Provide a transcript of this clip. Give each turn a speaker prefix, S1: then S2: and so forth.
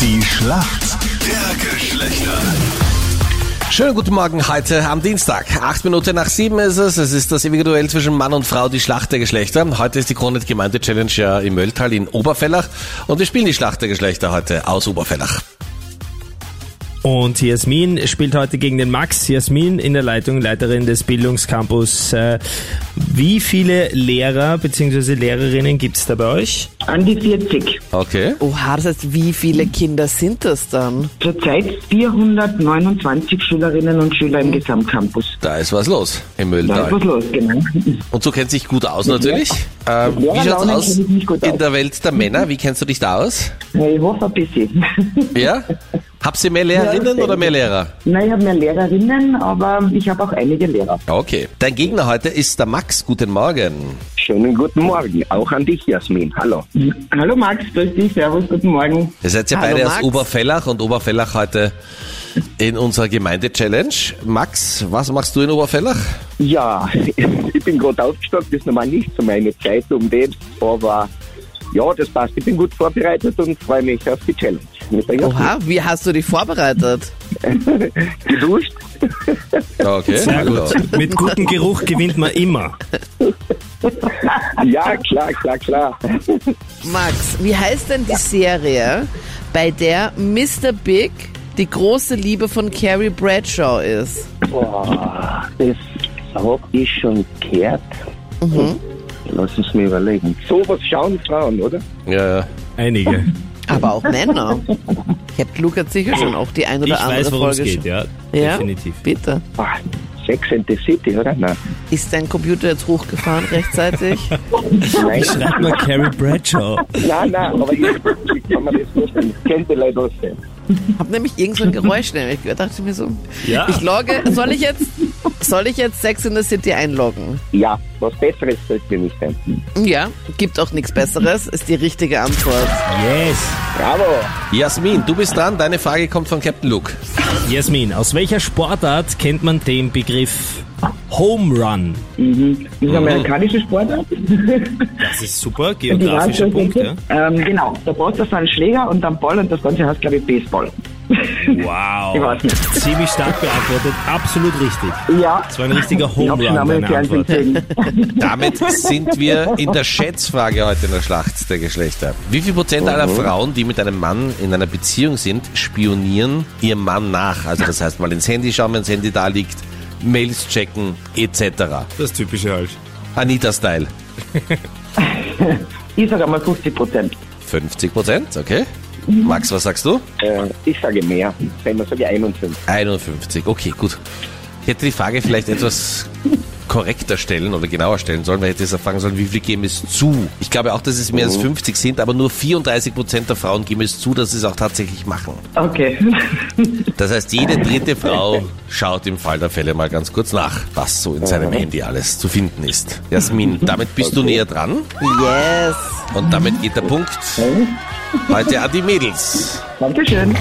S1: Die Schlacht der Geschlechter.
S2: Schönen guten Morgen heute am Dienstag. Acht Minuten nach sieben ist es. Es ist das ewige Duell zwischen Mann und Frau, die Schlacht der Geschlechter. Heute ist die Kronet Gemeinde Challenge ja im Mölltal in Oberfellach. Und wir spielen die Schlacht der Geschlechter heute aus Oberfellach.
S3: Und Jasmin spielt heute gegen den Max. Jasmin in der Leitung, Leiterin des Bildungscampus. Äh, Wie viele Lehrer bzw. Lehrerinnen gibt's da bei euch?
S4: An die 40.
S2: Okay.
S5: Oha, das heißt, wie viele Kinder sind das dann?
S4: Zurzeit 429 Schülerinnen und Schüler im Gesamtcampus.
S2: Da ist was los im
S4: Da ist was
S2: Mölltal.
S4: los, genau.
S2: Und du kennst dich gut aus natürlich. Ähm,
S4: Ja,
S2: wie schaut's
S4: Launen
S2: aus
S4: kenn ich mich gut
S2: in
S4: aus.
S2: der Welt der Männer? Wie kennst du dich da aus?
S4: Ja, Ich hoffe ein bisschen.
S2: Ja? Habt ihr mehr Lehrerinnen
S4: Ja,
S2: oder mehr Lehrer?
S4: Na, ich habe mehr Lehrerinnen, aber ich habe auch einige Lehrer.
S2: Okay. Dein Gegner heute ist der Max. Guten Morgen.
S6: Schönen guten Morgen, auch an dich, Jasmin. Hallo.
S4: Hallo Max, grüß dich, servus, guten Morgen.
S2: Ihr seid ja
S5: Hallo,
S2: beide aus
S5: Max.
S2: Oberfellach und Oberfellach heute in unserer Gemeinde-Challenge. Max, was machst du in Oberfellach?
S6: Ja, ich bin gerade aufgestockt, ist normal nicht so meine Zeit um den, aber ja, das passt. Ich bin gut vorbereitet und freue mich auf die Challenge. Mit der Jasmin.
S5: Oha, wie hast du dich vorbereitet?
S6: Geduscht?
S2: Okay.
S3: Sehr
S5: genau.
S3: gut. Mit gutem Geruch gewinnt man immer.
S6: Ja, klar, klar, klar.
S5: Max, wie heißt denn die Serie, bei der Mr. Big die große Liebe von Carrie Bradshaw ist?
S6: Boah, das habe ich schon gehört. Lass uns mir überlegen. Mhm. So was schauen Frauen, oder?
S2: Ja, ja.
S3: Einige.
S5: Aber auch Männer. Ich hab Luca sicher schon auch die ein
S3: Ich
S5: oder andere
S3: weiß, worum es
S5: Folge
S3: geht, ja.
S5: schon. Ja,
S3: Definitiv.
S5: bitte.
S6: Boah, Ah, Sex and the City, oder? Nein.
S5: Ist dein Computer jetzt hochgefahren rechtzeitig?
S6: Nein,
S3: Schreibt mal Carrie Bradshaw.
S6: nein, nein, aber ich, ich kann mir das vorstellen. Ich könnte leider auch sein.
S5: Hab nämlich irgend so ein Geräusch nämlich gehört. Dachte mir so,
S3: Ja.
S5: ich logge, soll ich jetzt, soll ich jetzt Sex in the City einloggen?
S6: Ja, was Besseres sollte mir nicht sein.
S5: Ja, gibt auch nichts Besseres, ist die richtige Antwort.
S3: Yes.
S6: Bravo!
S2: Jasmin, du bist dran. Deine Frage kommt von Captain Luke.
S3: Jasmin, aus welcher Sportart kennt man den Begriff Home Run?
S4: Das ist amerikanische Sportart.
S3: Das ist super,
S4: Die waren
S3: geografischer
S4: schon
S3: Punkt,
S4: so
S3: ja.
S4: gut. ähm, genau, da brauchst du so einen Schläger und einen Ball und das Ganze heißt, glaube ich, Baseball. Ich
S3: Wow.
S4: weiß nicht.
S3: Ziemlich stark beantwortet, absolut richtig.
S4: Ja,
S3: Das war ein richtiger
S4: ich
S3: Home
S4: habe
S3: Run,
S4: schon einmal im
S3: deine
S4: Fernsehen
S3: Antwort.
S4: gesehen.
S2: Damit sind wir in der Schätzfrage heute in der Schlacht der Geschlechter. Wie viel Prozent aller Frauen, die mit einem Mann in einer Beziehung sind, spionieren ihrem Mann nach? Also das heißt mal ins Handy schauen, wenn das Handy da liegt, Mails checken, etc.
S3: Das typische halt.
S2: Anita-Style.
S4: Ich sage einmal 50 Prozent. Mhm.
S2: 50 Prozent, okay. Max, was sagst du?
S6: Äh, ich sage mehr. Wenn man sage 51.
S2: 51, okay, gut. Ich hätte die Frage vielleicht etwas korrekter stellen oder genauer stellen sollen, weil ich hätte jetzt fragen sollen, wie viel geben es zu? Ich glaube auch, dass es mehr als
S4: Mhm.
S2: 50 sind, aber nur 34 Prozent der Frauen geben es zu, dass sie es auch tatsächlich machen.
S4: Okay.
S2: Das heißt, jede dritte Frau schaut im Fall der Fälle mal ganz kurz nach, was so in
S4: Mhm.
S2: seinem Handy alles zu finden ist. Jasmin, damit bist du näher dran
S5: Yes.
S2: und damit geht der Punkt heute an die Mädels.
S4: Dankeschön.